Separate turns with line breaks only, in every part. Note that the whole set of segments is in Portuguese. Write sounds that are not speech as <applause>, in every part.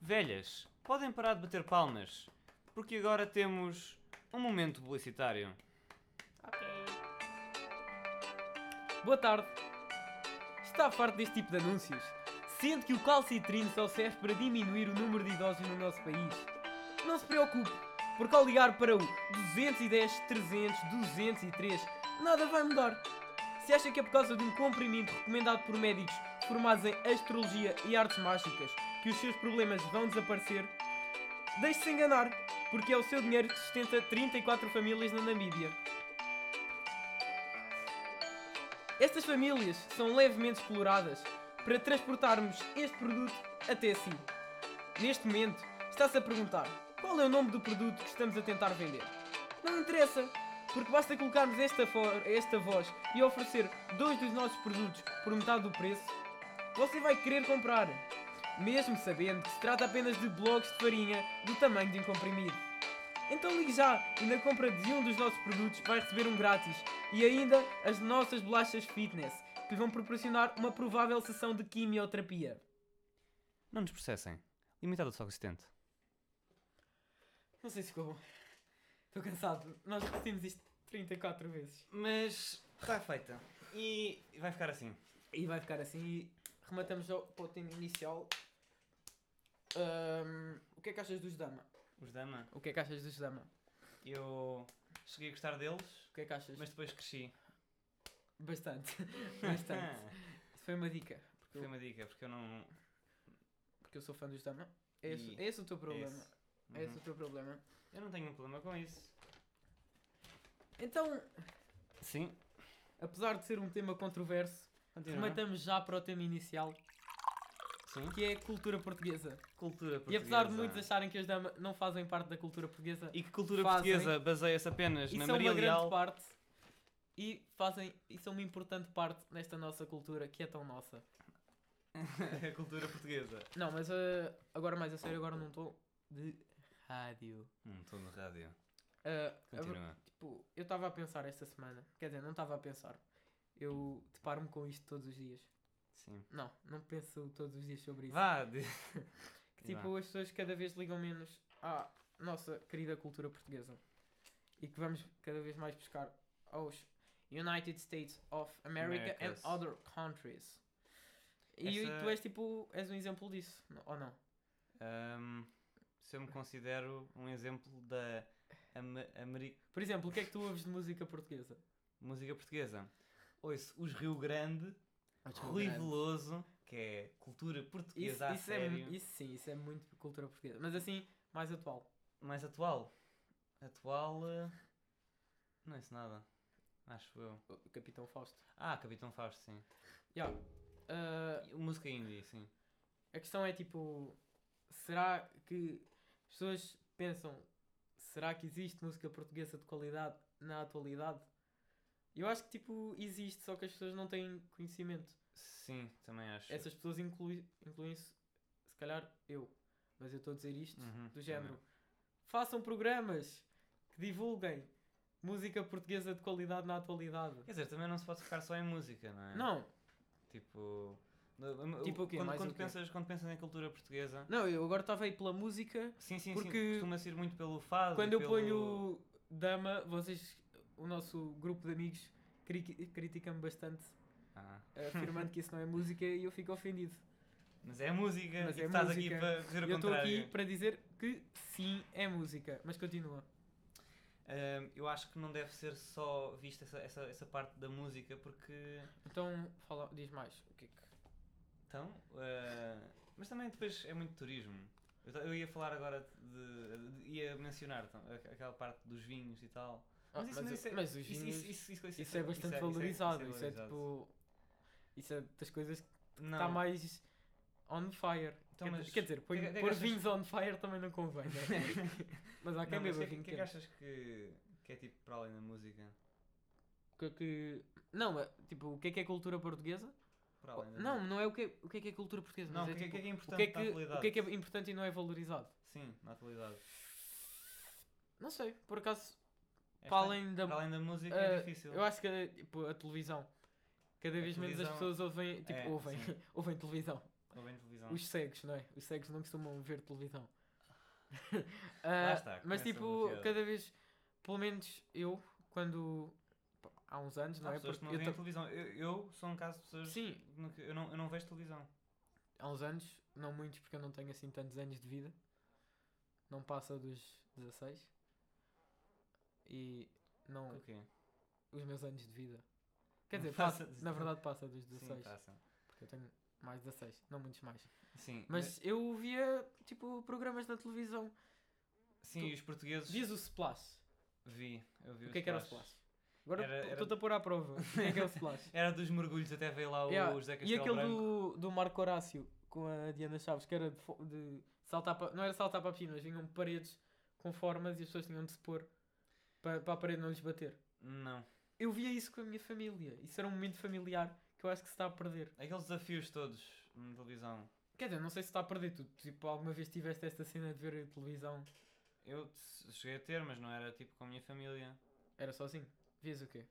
Velhas, podem parar de bater palmas, porque agora temos um momento publicitário.
Ok.
Boa tarde. Está farto deste tipo de anúncios? Sendo que o calcitrino só serve para diminuir o número de idosos no nosso país. Não se preocupe, porque ao ligar para o 210 300 203 nada vai mudar. Se acha que é por causa de um comprimido recomendado por médicos formados em astrologia e artes mágicas que os seus problemas vão desaparecer, deixe-se enganar, porque é o seu dinheiro que sustenta 34 famílias na Namíbia. Estas famílias são levemente exploradas para transportarmos este produto até si. Neste momento, está-se a perguntar qual é o nome do produto que estamos a tentar vender. Não interessa, porque basta colocarmos esta, fo- esta voz e oferecer dois dos nossos produtos por metade do preço, você vai querer comprar, mesmo sabendo que se trata apenas de blocos de farinha do tamanho de um comprimido. Então ligue já e na compra de um dos nossos produtos vai receber um grátis e ainda as nossas bolachas fitness, que lhe vão proporcionar uma provável sessão de quimioterapia.
Não nos processem. Limitado ao só assistente.
Não sei se ficou bom. Estou cansado. Nós repetimos isto 34 vezes.
Mas está feita. E vai ficar assim.
E vai ficar assim e rematamos ao para o tema inicial. Ahm, o que é que achas dos Dama?
Os Dama,
O que é que achas dos Dama?
eu cheguei a gostar deles,
O que é que achas?
mas depois cresci.
<laughs> Bastante. Bastante. Isso Foi uma dica. Porque
Foi
eu,
uma dica, <laughs> porque eu não.
porque eu sou fã dos Dama. É esse,
E-
é esse o teu problema.
Esse.
É esse o
Uhum.
teu problema.
Eu não tenho um problema com isso.
Então,
Sim,
apesar de ser um tema controverso,
continua.
rematamos já para o tema inicial,
Sim.
que é a cultura portuguesa.
Cultura portuguesa.
E apesar de muitos acharem que os dama não fazem parte da cultura portuguesa,
E que cultura
fazem-
portuguesa baseia-se apenas
e
na
são
Maria
uma grande
Leal.
parte e fazem e são uma importante parte nesta nossa cultura que é tão nossa.
<laughs> a cultura portuguesa.
Não, mas ah, agora mais a sério, agora não estou de rádio.
Hum, estou no rádio.
Ah, a ver-
Continua.
Tipo, eu estava a pensar esta semana, quer dizer, não estava a pensar. Eu deparo-me com isto todos os dias.
Sim.
Não, não penso todos os dias sobre isso.
Vá,
<laughs>
de-
Que tipo, as pessoas cada vez ligam menos à nossa querida cultura portuguesa. E que vamos cada vez mais buscar aos United States of America
Americas.
and other countries. E
Essa-
tu és tipo, és um exemplo disso, n- ou não?
Ahm, hum, se eu me considero um exemplo da ama- ameri-
Por exemplo, o que é que tu ouves de música portuguesa?
música portuguesa, ouço os Rio Grande, Rui Veloso, que é cultura
Isso,
portuguesa a
isso é,
sério.
mu- isso sim, isso é muito cultura portuguesa. Mas assim, mais atual.
Mais atual. Atual. eh, Não é isso nada. Acho eu.
O Capitão Fausto.
Ah, Capitão Fausto, sim.
Ya. Ah,
E Música indie, sim.
A questão é tipo, será que as pessoas pensam, será que existe música portuguesa de qualidade na atualidade? Eu acho que tipo existe, só que as pessoas não têm conhecimento.
Sim, também acho.
Essas pessoas inclui- incluem-se, se calhar eu, mas eu estou a dizer isto
Uhum,
do género. Façam programas que divulguem música portuguesa de qualidade na atualidade.
Quer dizer, também não se pode focar só em música, não é?
Não,
Tipo. no-
Tipo o quê?
Quando,
Mais
quando
o quê?
pensas, quando pensas em cultura portuguesa.
não, eu agora estava aí pela música
Sim, sim,
Porque-
sim. Costuma ir muito pelo fado.
Quando eu
pelo-
ponho dama, vocês, o nosso grupo de amigos, cri- critica-me bastante,
Ah,
afirmando que isso não é música e eu
<laughs>
fico ofendido.
mas é música.
Mas
e
é
tu estás
música.
aqui para dizer o
eu estou
contrário.
aqui para dizer que sim, é música. Mas continua.
Ahm, eu acho que não deve ser só vista essa, essa, essa parte da música, porque.
Então, fala, diz mais. O que é que-
Então. ah, mas também depois é muito turismo. Eu, ta- eu ia falar agora de. de- ia mencionar então, aqu- aquela parte dos vinhos e tal.
Ah,
Mas isso- mas isso é-
mas os
Isso-
vinhos-
isso- isso- isso-
isso é bastante
isso é-
valorizado. Isso é, tá
valorizado.
tipo... Isso é das coisas que
Não,
está mais on fire.
Então,
quer,
mas-
quer dizer, pôr,
que- que é que
pôr
achas-
vinhos on fire também não convém,
<laughs>
né? Mas há quem
Não, mas o
beba
que, é que- o
vinho
que é que
quente.
achas que, que é tipo para além da música?
O que é que. Não, é, tipo, o que é que é cultura portuguesa?
Para além da
Não, não é o que é, o que é que é cultura portuguesa.
Não,
mas
o que é
tipo,
que é
o que é
importante na
que,
atualidade?
o que é que é importante e não é valorizado?
Sim, na atualidade.
Não sei, por acaso,
Esta-
para além da.
É para além da música
ah,
é difícil.
Eu acho que tipo, a televisão. Cada
A
vez menos as
televisão-
pessoas ouvem. Tipo,
é,
<laughs> ouvem,
sim. Então.
ouvem televisão.
Ou bem televisão.
Os cegos, não é? Os cegos não costumam ver
<laughs>
televisão.
Lá
Ah,
está,
mas
começa
tipo,
uma piada.
cada vez, pelo menos eu, quando pá, há uns anos, não
Há
é?
pessoas que não
eu
veem
tam-
televisão. Eu, eu sou um caso de pessoas
Sim,
no que eu não, eu não vejo televisão.
há uns anos, não muitos porque eu não tenho assim tantos anos de vida. Não passa dos 16. E não
O quê?
os meus anos de vida. Quer
Não
dizer,
passa
passa,
dos
na verdade passa dos
Sim,
16,
passa.
porque eu tenho mais 16, não muitos mais.
Sim,
Mas eu via tipo programas na televisão.
sim
tu-
e os portugueses.
Diz o Splash.
Vi, eu vi
O que é que era o
flash.
Splash? Agora
Era-
estou-
era-
estou-te a pôr à prova. O que é que é
<laughs>
o Splash?
Era dos mergulhos, até veio lá o
Yeah,
José
E
Castelo
aquele
Branco.
do, do Marco Horácio com a Diana Chaves, que era de, fo- de saltar para. Não era saltar para a piscina, mas vinham paredes com formas e as pessoas tinham de se pôr para, para a parede não lhes bater.
Não.
Eu via isso com a minha família. Isso era um momento familiar que eu acho que se está a perder.
Aqueles desafios todos na televisão.
Quer dizer, não sei se está a perder tudo. Tipo, alguma vez tiveste esta cena de ver a televisão?
Eu t- cheguei a ter, mas não era tipo com a minha família.
Era sozinho? Vias o quê?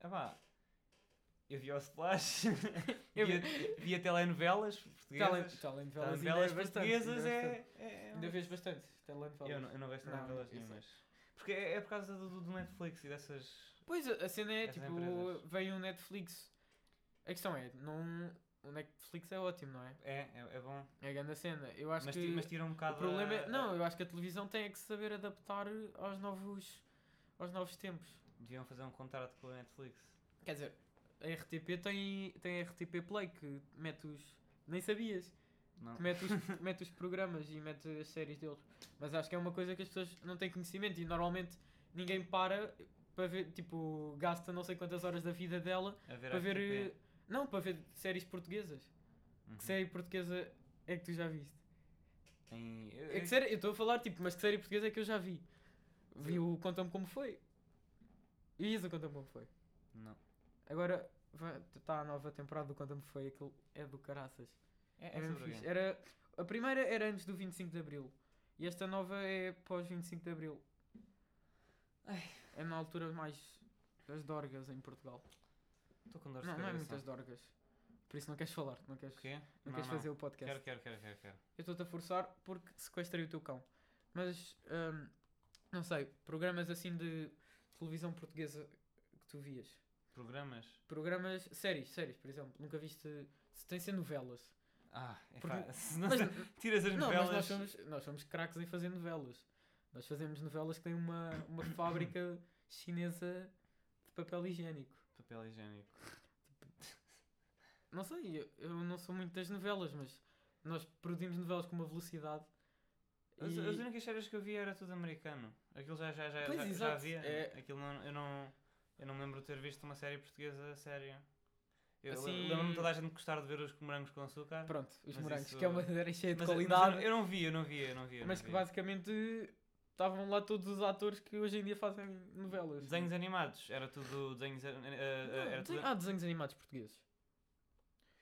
Ah pá. Eu via o Splash.
<laughs> Eu
via, via telenovelas
Tele-
portuguesas.
Telenovelas ainda
Telenovelas
é bastante,
portuguesas
ainda é bastante.
é... é- é
Ainda
um-
vês bastante telenovelas.
Eu não, eu não vejo
Não,
telenovelas
isso é-
nenhumas. Porque é, é por causa do, do Netflix e dessas.
Pois, a a cena é,
Essas
tipo,
empresas.
vem o Netflix. A questão é, não... o Netflix é ótimo, não é?
É, é, é bom.
É a grande cena. Eu acho
Mas,
que
ti- mas tira um
o
bocado.
problema
a-
é... Não, eu acho que a televisão tem é que saber adaptar aos novos, aos novos tempos.
Deviam fazer um contrato com a Netflix.
Quer dizer, a RTP tem, tem a RTP Play que mete os... Nem sabias.
Não.
que mete os,
<laughs>
mete os programas e mete as séries deles. Mas acho que é uma coisa que as pessoas não têm conhecimento e normalmente ninguém para para ver, tipo, gasta não sei quantas horas da vida dela
A ver é.
para ver.
RTP.
eh, Não, para ver séries portuguesas.
Uhum.
Que série portuguesa é que tu já viste?
Em- eu-
É que
eu-
série, eu estou a falar, tipo, mas que série portuguesa é que eu já vi? Vi o Conta-me Como Foi. E isso, o Conta-me Como Foi.
Não.
Agora está a nova temporada do Conta-me Foi, aquilo é do caraças.
É,
É
é
mesmo
sobre o quê?
fixe. Era, a primeira era antes do 25 de Abril. E esta nova é pós 25 de Abril. É na altura mais das dorgas em Portugal.
Estou com dor de
Não, não é
cabeça.
muitas dorgas. Por isso não queres falar, não queres,
O quê?
não queres fazer o podcast.
Quero, quero, quero, quero, quero.
Eu estou-te a forçar porque sequestrei o teu cão. Mas, hum, não sei, programas assim de televisão portuguesa que tu vias.
Programas?
Programas, séries, séries, por exemplo. Nunca viste, se tem ser novelas. <laughs>
Ah, é
Porque-
pá,
<laughs>
se não,
Mas-
<laughs> tiras as
Não,
novelas.
mas nós somos, nós somos craques em fazer novelas. Nós fazemos novelas que têm uma, <coughs> uma fábrica chinesa de papel higiênico.
Papel higiênico.
Não sei, eu, eu não sou muito das novelas, mas nós produzimos novelas com uma velocidade.
As,
e-
as únicas séries que eu vi era tudo americano. Aquilo já, já, já,
Pois,
já, já
exato,
havia.
é-
Aquilo não, eu não. Eu não me lembro de ter visto uma série portuguesa séria. Eu
Assim-
assim... lembro-me toda a gente gostar de ver os morangos com açúcar.
Pronto, os
Mas
morangos,
isso-
que é uma série cheia de
Mas- mas
qualidade,
eu, não- eu não vi, eu não vi, eu não vi. eu
mas
não
que
vi.
basicamente estavam lá todos os atores que hoje em dia fazem novelas.
Desenhos animados, era tudo desenhos. an- eh, eh,
Não,
era
desenho-
tudo-
Ah, desenhos animados portugueses.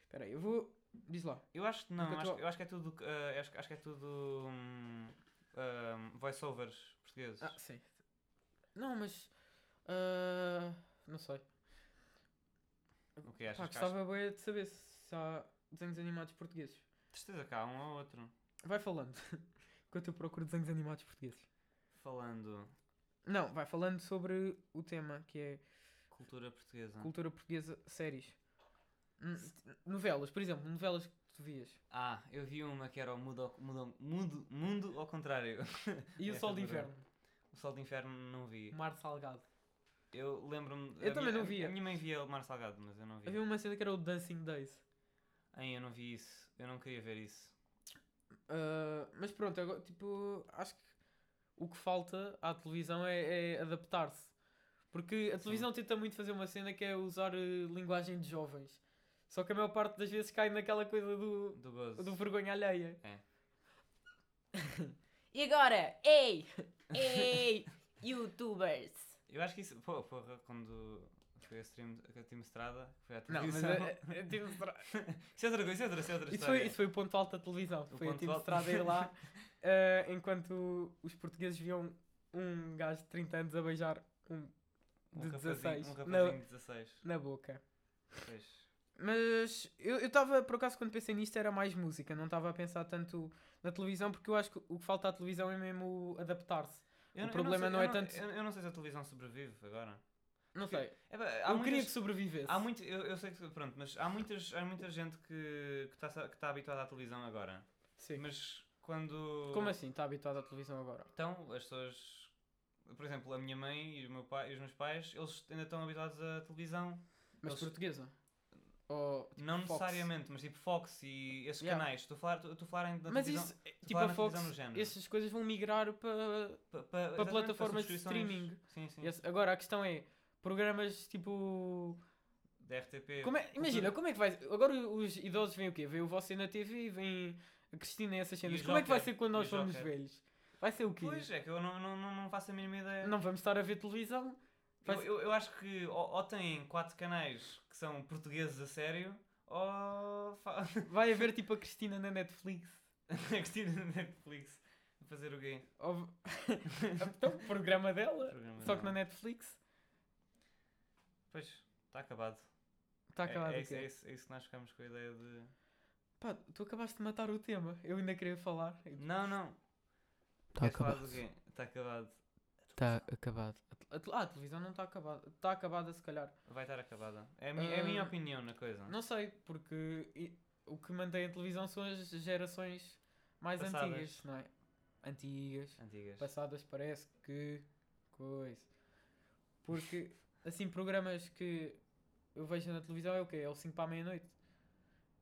Espera aí, eu vou... Diz lá.
Eu acho que não,
Nunca
acho,
tu-
eu acho que é tudo. eh, acho, acho que é tudo. hum, hum, voiceovers portugueses.
Ah, sim. Não, mas. ah, não sei.
o que achas?
Pá,
que achas?
gostava bem de saber se há desenhos animados portugueses.
De certeza que há um ou outro.
Vai falando. <laughs> Enquanto eu procuro desenhos animados portugueses.
Falando
Não, vai falando sobre o tema, que é
cultura portuguesa.
cultura portuguesa, séries. Hum, Novelas, por exemplo, novelas que tu vias.
Ah, eu vi uma que era o Mudo, ao- Mudo ao- Mundo, mundo ao contrário.
E o
Essa
Sol de
é verdade.
Inverno,
O Sol do Inferno não vi.
o Mar Salgado.
Eu lembro-me.
Eu
a minha-
também não
a-
via. um-
A minha mãe via o Mar Salgado, mas eu não vi.
Havia uma cena que era o Dancing Days.
Ai, eu não vi isso. Eu não queria ver isso.
Ah, mas pronto, agora, tipo, acho que o que falta à televisão é, é adaptar-se. Porque a
Sim.
televisão tenta muito fazer uma cena que é usar eh, linguagem de jovens. Só que a maior parte das vezes cai naquela coisa do,
Do gozo.
do vergonha alheia.
É.
e agora? Ei! <laughs> Ei! Youtubers!
Eu acho que isso. Pô, porra, quando foi a stream com a Team Estrada, foi à
Não, mas
televisão.
eh, eh, tive de tra-
Isso é outra coisa, isso é outra, isso é outra
isso, foi,
história.
isso foi o ponto alto da televisão.
O
foi a
ponto
Tim
alto.
Estrada
<laughs>
ir lá eh, enquanto os portugueses viam um gajo de 30 anos a beijar um de
rapazinho-
16
Um
na,
rapazinho de 16.
na boca.
Pois.
Mas eu estava, por acaso, quando pensei nisto, era mais música, não estava a pensar tanto na televisão, porque eu acho que o que falta à televisão é mesmo adaptar-se.
Eu não-
O
eu
problema
sei-
não
eu
é tanto-
Eu, eu não sei se a televisão sobrevive agora.
Não
Porque
sei.
É, pá, há
eu
muitas-
queria que sobrevivesse.
Há muito, eu, eu sei que, pronto, mas há, muitas, há muita gente que está que tá, que tá habituada à televisão agora.
Sim.
Mas quando.
Como assim? Está habituado à televisão agora?
Então, as pessoas. Por exemplo, a minha mãe e, o meu pai, e os meus pais, eles ainda estão habituados à televisão.
Mas
Eles-
portuguesa? Ou, tipo,
não
Fox?
necessariamente, mas tipo Fox e esses
Yeah.
canais. Estou a falar, estou a falar ainda da
Mas
televisão.
isso,
estou a
tipo
falar
a
na
Fox,
televisão no género.
essas coisas vão migrar para...
Pa- pa- exatamente,
plataformas de
subscrições.
streaming.
Sim, sim.
esse- Agora, a questão é, programas tipo...
Da RTP.
Como é-
Cultura.
Imagina, como é que vai... Agora os idosos veem o quê? Vêem o Você na TV e veem a Cristina e essas
E o
cenas. Como é que vai
Joker?
ser quando nós
E o
formos
Joker?
velhos? Vai ser o quê?
Pois é, que eu não, não, não não faço a mínima ideia.
Não vamos estar a ver televisão? vai
Eu,
ser-
eu, eu acho que ou, ou têm quatro canais que são portugueses a sério, ou. fa- <laughs>
Vai haver tipo a Cristina na Netflix?
a Cristina da Netflix. a Fazer o quê?
Ou... <laughs> então, o programa dela.
Programa
Só que na
dela.
Netflix
Pois, está acabado.
está Tá acabado
é, é,
o
isso,
quê?
é, isso, é isso que nós ficamos com a ideia de.
Pá, tu acabaste de matar o tema. Eu ainda queria falar.
Não, não.
Tá
Está
Queres falar
acabado.
do quê? Está acabado.
Está acabado.
A te- Ah, a televisão não está acabada. Está acabada, se calhar.
Vai estar acabada. É a, mi- é a minha opinião na coisa.
Ah, Não sei, porque i- o que mantém a televisão são as gerações mais
Passadas.
antigas, não é? Antigas.
Antigas.
Passadas parece que. coisa. Porque, assim, programas que eu vejo na televisão é o quê? É o 5 para a meia-noite.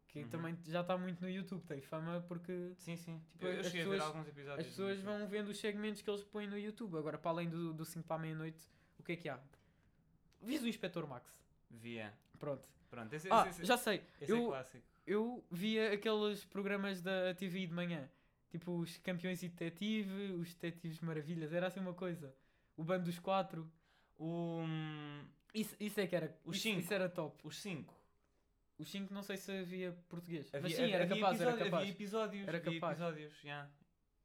Que
Uhum.
também já está muito no YouTube, tem fama porque
Sim, sim. Tipo,
as
eu cheguei a ver
pessoas-
alguns episódios.
As
no
pessoas
YouTube.
vão vendo os segmentos que eles põem no YouTube. Agora, para além do, do 5 para a meia-noite, o que é que há? Vis o Inspector Max.
Via.
Pronto.
Pronto, esse,
Ah,
esse, esse,
já sei.
esse
eu-
é clássico.
Eu via aqueles programas da TV de manhã. Tipo, os campeões e detetive, os detetives maravilhas. Era assim uma coisa. O bando dos quatro.
O, hum,
Isso, isso é que era.
Os
isso,
cinco.
isso era top.
os 5.
Os 5 não sei se havia português. Mas sim, era capaz, era
Havia
capaz.
episódios.
Era
havia
capaz.
episódios, já.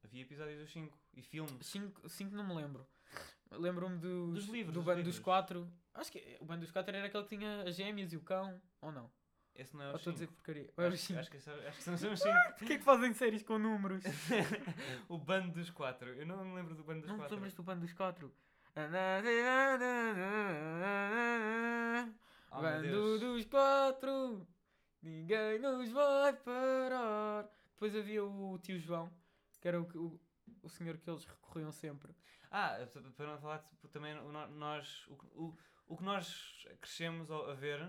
Havia episódios dos 5. E filmes.
5 não me lembro. Lembro-me dos,
Dos livros,
do
dos
bando dos
livros.
quatro. Acho que o bando dos quatro era aquele que tinha as gêmeas e o cão, ou não?
Esse não é
Ou
os
estou a
5.
dizer porcaria? Ou era os
Acho,
cinco?
acho, que, são- acho que são os 5.
Porquê é que fazem séries com números?
<laughs> o bando dos 4. Eu não me lembro do bando dos
não te
4.
lembras do bando dos quatro?
Ah, Oh, meu
bando
Deus.
dos quatro, ninguém nos vai parar. Depois havia o tio João, que era o, que- o, o senhor que eles recorriam sempre.
Ah, p- p- para não falar tipo, também o no- nós o, que- o, o que nós crescemos ao- a ver,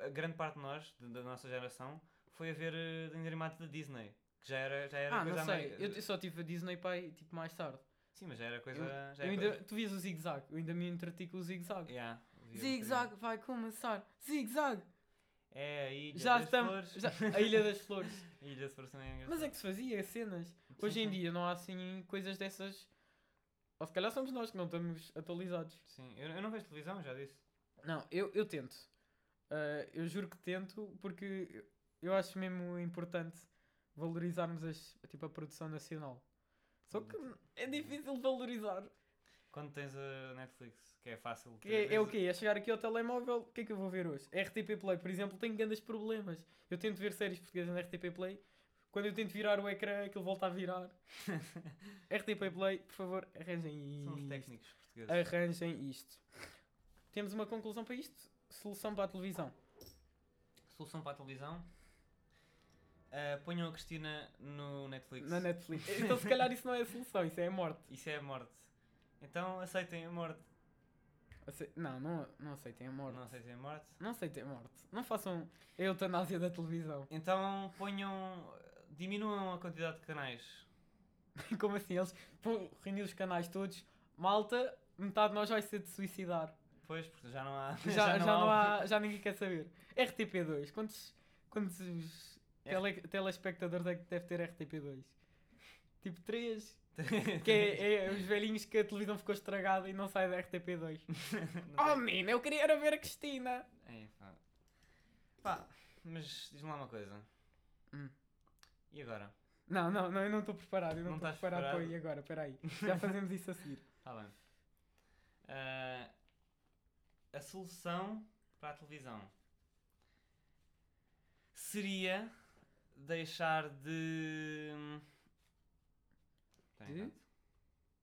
a grande parte de nós, de- da nossa geração, foi a ver eh, desenho animado da Disney. Que já era, já era
ah,
coisa
não sei,
ameri-
eu, eu só tive a Disney Pai tipo mais tarde.
Sim, mas já era coisa. já é
Eu
era
ainda,
coisa-
tu vias o zig-zag, eu ainda me entreti com o zig-zag.
Yeah, vi um bocadinho.
Zig-zag vai começar, zig-zag!
É a Ilha
Já
das
estamos.
Flores.
já- a Ilha das Flores.
A <laughs> Ilha das Flores também é
Mas é
engraçado.
que se fazia cenas.
Sim,
Hoje em
sim.
dia não há assim coisas dessas. Ou se calhar somos nós que não estamos atualizados.
Sim, eu, eu não vejo televisão, já disse.
Não, eu, eu tento. Ah, eu juro que tento porque eu- eu acho mesmo importante valorizarmos as, tipo, a produção nacional. Só que
Uhum.
é difícil valorizar.
Quando tens a Netflix, que é fácil.
Que é, é o
que
quê? É chegar aqui ao telemóvel, o que é que eu vou ver hoje? RTP Play, por exemplo, tem grandes problemas. Eu tento ver séries portuguesas na RTP Play, quando eu tento virar o ecrã, aquilo volta a virar.
<laughs>
RTP Play, por favor, arranjem
São os
é- isto.
técnicos portugueses.
Arranjem isto. Temos uma conclusão para isto? Solução para a televisão.
Solução para a televisão. Ah, ponham a Cristina no Netflix.
Na Netflix. Então, se calhar, isso não é a solução, isso é a morte.
Isso é a morte. Então aceitem a morte.
Ace- Não, não, não aceitem a morte.
Não aceitem a morte.
Não aceitem a morte. Não façam a eutanásia da televisão.
Então ponham. diminuam a quantidade de canais.
<laughs> Como assim? Eles vão reunir os canais todos. Malta, metade de nós vai ser de suicidar.
Pois, porque <laughs> já não há.
<laughs> Já, já, não, há, já ninguém quer saber. RTP2. Quantos, quantos tele, telespectadores é que deve ter RTP2? Tipo 3. <laughs>
<laughs>
Que é, é os velhinhos que a televisão ficou estragada e não sai da RTP2. <laughs> oh menina, eu queria era ver a Cristina.
É, pá. Pá, mas diz-me lá uma coisa.
Hum.
E agora?
Não, não, não, eu não estou preparado. Eu não
Não
estou
estás
preparado para
preparado?
ir agora, <laughs> peraí. Já fazemos isso a seguir.
Está Tá bem. Ah, a solução para a televisão seria deixar de. Tem,
De?
pronto.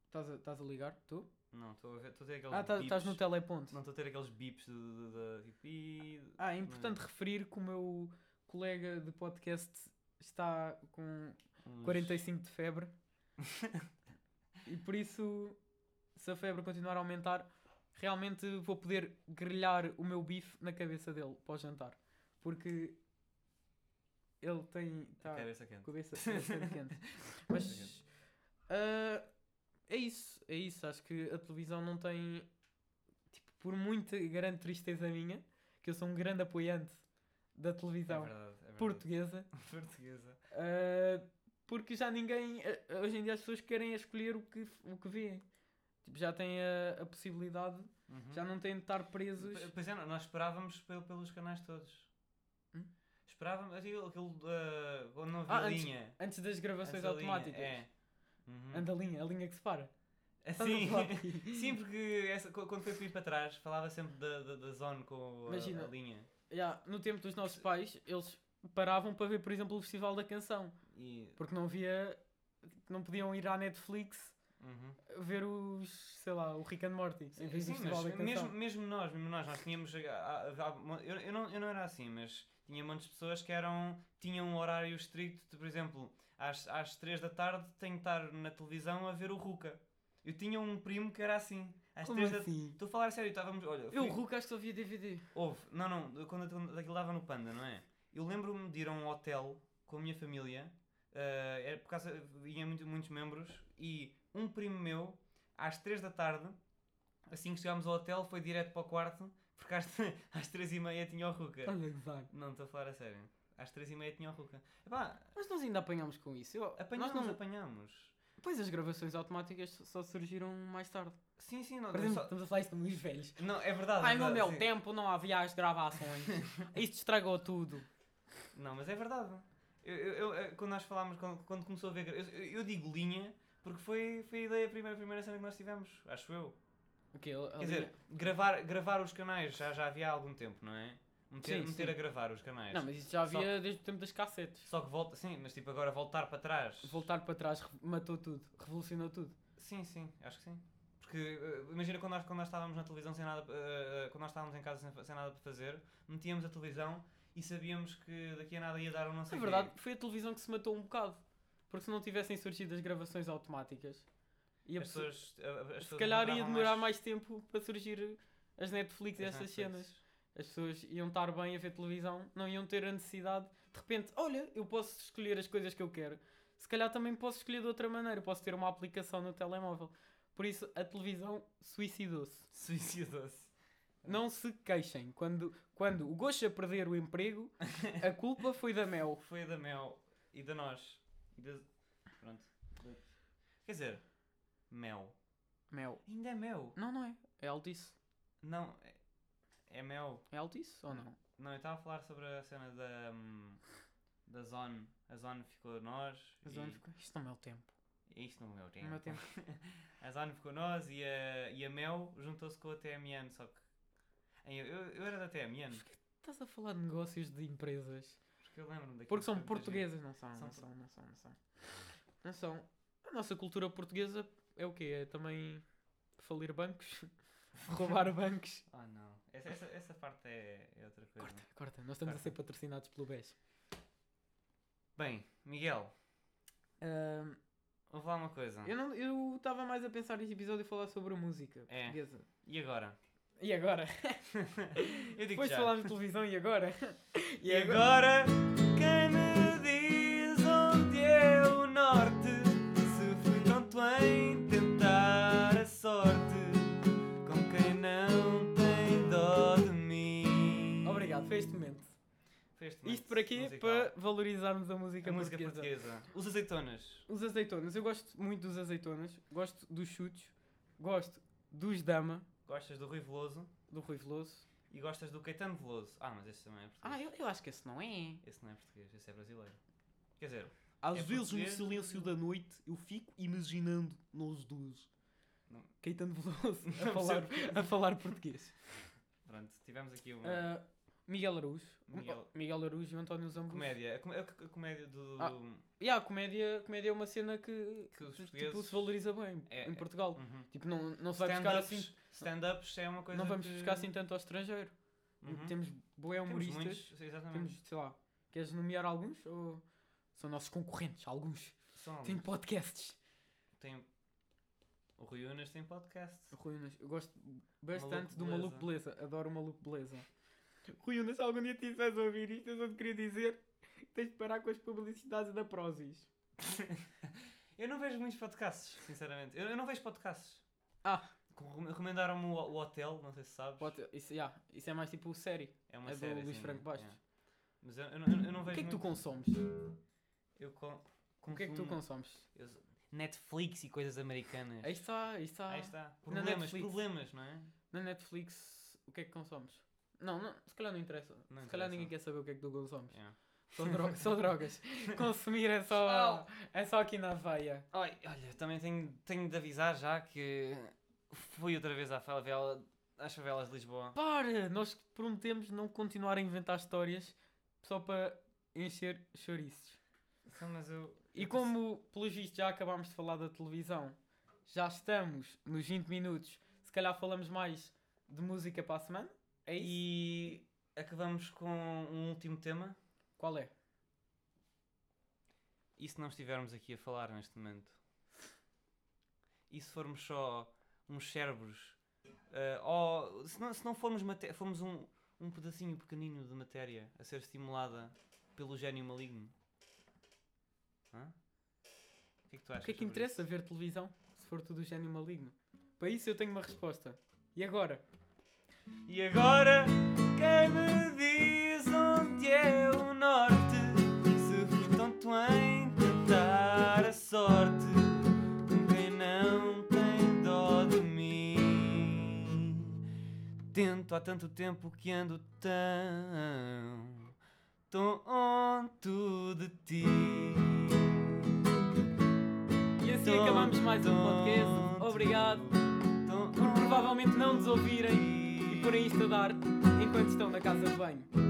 Estás a, estás a ligar? Tu?
Não, estou a ver, estou a ter aqueles
Ah, tá-
beeps.
estás no teleponto.
Não estou a ter aqueles beeps de, de, de, de, tipo, "Ih",
Ah, é
Hum.
importante referir que o meu colega de podcast está com
uns-
45
<laughs>
de febre. e por isso, se a febre continuar a aumentar, realmente vou poder grelhar o meu bife na cabeça dele pós jantar. Porque ele tem.
A
Tá,
cabeça quente.
cabeça
<laughs>
bastante quente. Mas. ah, é isso, é isso. Acho que a televisão não tem. Tipo, por muita grande tristeza minha, que eu sou um grande apoiante da
É
televisão
verdade, é verdade.
portuguesa.
<laughs> Portuguesa.
Uh, porque já ninguém. uh, Hoje em dia as pessoas querem escolher o que, o que vêem. Tipo, já têm a, a possibilidade,
Uhum.
já não têm de estar presos.
P- Pois é, não- nós esperávamos pel- pelos canais todos.
Hum?
Esperávamos, aquilo, aquilo ah, onde não havia
Ah, antes-
linha.
Antes das gravações
Essa linha,
automáticas.
É. Uhum. É
Anda a linha, a linha que separa. Estás a
Sim,
falar aqui.
<laughs> sim, porque essa, qu- quando foi para ir para trás, falava sempre da, da, da zone com a,
Imagina.
a linha.
Já, no tempo dos nossos pais, eles paravam para ver, por exemplo, o Festival da Canção.
E,
Porque não havia. Não podiam ir à Netflix
uhum. ver
ver os. sei lá, o Rick and Morty. Em vez do
Sim,
Festival da
mas
Canção.
mesmo, mesmo nós, mesmo nós, nós tínhamos. ah, ah, ah, mo- Eu, eu, não, eu não era assim, mas tinha montes de pessoas que eram, tinham um horário estricto de, por exemplo, às, às 3 da tarde tenho que estar na televisão a ver o Ruka. Eu tinha um primo que era assim. Às
Como
3 da
assim?
Estou a falar a sério, estávamos. Olha,
Eu,
fui-
o Hulk, acho que só via DVD.
Houve, não, não, quando, quando aquilo dava no Panda, não é? Eu lembro-me de ir a um hotel com a minha família, eh, era por causa, vinha muito, muitos membros, e um primo meu, às 3 da tarde, assim que chegámos ao hotel, foi direto para o quarto, porque às, <laughs> às 3 e meia tinha o Ruca.
Olha que zago.
Não, estou a falar a sério. Às 3 e meia tinha o Ruca. Epá,
Mas nós ainda apanhámos com isso. Eu,
apanhámos,
nós não-
apanhámos.
Pois as gravações automáticas só- só surgiram mais tarde.
Sim, sim, não,
Por exemplo,
só-
estamos a falar isto muito velhos.
não é verdade. é
Ai, no
verdade,
meu
sim.
tempo não havia as gravações.
<laughs>
Isto estragou tudo.
Não, mas é verdade. Eu, eu- eu- eh, quando nós falámos, quando, quando começou a ver. Eu, eu- eu digo linha porque foi, foi a ideia, a primeira, a primeira cena que nós tivemos, acho eu.
O quê? A- a
Quer dizer,
linha-
gravar, gravar os canais já, já havia há algum tempo, não é? Meter,
Sim,
meter
sim.
a gravar os canais.
Não, mas isto já
só-
havia desde o tempo das cassetes.
Só que volta, sim, mas tipo agora voltar para trás.
Voltar para trás re- matou tudo, revolucionou tudo.
Sim, sim, acho que sim. Porque eh, imagina quando nós, quando nós estávamos na televisão sem nada. eh, eh, quando nós estávamos em casa sem, fa- sem nada para fazer, metíamos a televisão e sabíamos que daqui a nada ia dar um não sei
Na
o
É verdade,
quê.
foi a televisão que se matou um bocado. Porque se não tivessem surgido as gravações automáticas, ia
As
pessoa-
pessoas, eh, as
se
pessoas
calhar ia
encontravam
demorar mais tempo para surgir as Netflix e
as
estas
Netflix.
cenas. As pessoas iam estar bem a ver televisão, não iam ter a necessidade. De repente, olha, eu posso escolher as coisas que eu quero. Se calhar também posso escolher de outra maneira, posso ter uma aplicação no telemóvel. Por isso, a televisão suicidou-se.
Suicidou-se.
Não se queixem. Quando, quando o Goxa perder o emprego, <laughs> a culpa foi da Mel.
Foi da Mel e da nós. E da... Pronto. Quer dizer, Mel.
Mel.
Ainda é Mel.
Não, não é. É Altice.
Não, é, é Mel.
É Altice ou não?
Não, eu estava a falar sobre a cena da. hum, da Zone. A Zone ficou nós.
Mas
e...
onde ficou? Isto não é o tempo.
e Isto não é o
Não é o
tempo.
tempo.
<laughs> A Zone ficou nós e a, e a Mel juntou-se com a TMN, só que. Ei, Eu, eu, eu era da TMN,
Estás a falar de negócios de empresas.
porque eu lembro-me daquilo.
Porque são
foi muito giro.
portuguesas, não são,
São
não
por-
são, não são, não <laughs> são. Não são. A nossa cultura portuguesa é o quê? É também falir <laughs> bancos? Roubar bancos?
Ah, não. Essa, essa, essa parte é, é outra coisa.
Corta, corta. Nós estamos a ser patrocinados pelo BES.
Bem, Miguel,
Ahm,
vou falar uma coisa.
eu não eu estava mais a pensar neste episódio e falar sobre música
É.
portuguesa.
E agora? <laughs>
E agora?
Eu digo
Depois
já.
falámos de televisão
<laughs>
e agora? <laughs>
E agora, quem me diz onde é o norte? Se fui tonto em tentar a sorte com quem não tem dó de mim.
Obrigado, foi este momento.
Foi este
Isto
momento
para quê?
musical.
Para valorizarmos a música,
a música
portuguesa.
portuguesa. Os azeitonas.
Os azeitonas, eu gosto muito dos azeitonas, gosto dos chutes, gosto dos dama,
Gostas do Rui Veloso
do Rui Veloso.
e gostas do Caetano Veloso. Ah, mas esse também é português.
eu, eu acho que esse não é.
Esse não é português, esse é brasileiro. Quer dizer,
Às
É
vezes
português.
no silêncio da noite eu fico imaginando nós dois.
Caetano Veloso
Não <laughs> é.
a falar, a falar português.
pronto, tivemos aqui uma.
Ah, Miguel Araújo.
Miguel.
Oh, Miguel Araújo e o António Zambujo.
Comédia. A, com- a co- a comédia do. uhum.
Ah. E a comédia, comédia é uma cena que,
Que os
t- tipo,
portugueses-
se valoriza bem
É,
em
é.
Portugal.
Uhum.
Tipo, não, não se vai buscar
Stand-ups
assim.
stand-ups é uma coisa.
Não vamos
que...
buscar assim tanto ao estrangeiro.
Uhum.
Temos boé
Temos
humoristas.
muitos, exatamente.
Temos, sei lá, queres nomear alguns? Ou são nossos concorrentes? Alguns.
São
Tem
alguns.
podcasts.
Tem... O Rui Unas tem podcast.
<laughs> Rui Unas, eu gosto bastante
Maluco
do Maluco Beleza. Adoro o Maluco Beleza. <laughs> Rui Unas, se algum dia tiveres a ouvir isto, eu só te queria dizer que tens de parar com as publicidades da Prozis.
Eu não vejo muitos podcasts, sinceramente. Eu, eu não vejo podcasts.
Ah.
Com- Recomendaram-me o, o Hotel, não sei se sabes.
Pode- isso, yeah, isso é mais tipo série.
É uma
é do
série.
Luís
sim,
Franco Bastos.
yeah. Mas eu, eu não- eu, eu não
O
vejo.
que é que tu
muito.
consomes?
Eu con-
O que é que tu
consumo-
consomes?
eu sou- Netflix e coisas americanas.
Aí está, aí está.
Aí está. Problemas,
Netflix.
problemas, não é?
Na Netflix, o que é que consomes? Não, não se calhar não interessa. se
Não
calhar
interessa.
ninguém quer saber o que é que tu consomes.
Yeah.
Só, dro- só <laughs> drogas. Consumir é só, é só aqui na veia.
Ai, olha, também tenho, tenho de avisar já que fui outra vez à favela, às favelas de Lisboa.
Para! Nós prometemos não continuar a inventar histórias só para encher chouriços.
Então, mas eu.
E
eu
como, pelo visto, já acabámos de falar da televisão, já estamos nos 20 minutos. Se calhar falamos mais de música para a semana. É isso?
E acabamos com um último tema.
Qual é?
E se não estivermos aqui a falar neste momento? E se formos só uns cérebros? Ah, ou se não, se não formos, mate- formos um, um pedacinho pequenino de matéria a ser estimulada pelo gênio maligno? Hã? O que é que tu achas?
O que é que
sobre
interessa ver televisão se for tudo gênio maligno? Para isso eu tenho uma resposta. E agora?
E agora quem me diz onde é o norte? Se fui tonto em tentar a sorte, quem não tem dó de mim. Tento há tanto tempo que ando tão tonto de ti.
E assim acabamos mais um podcast.
Tonto,
Obrigado
tonto
por provavelmente não nos
de
ouvirem
ti.
e porem isto a dar enquanto estão na casa de banho.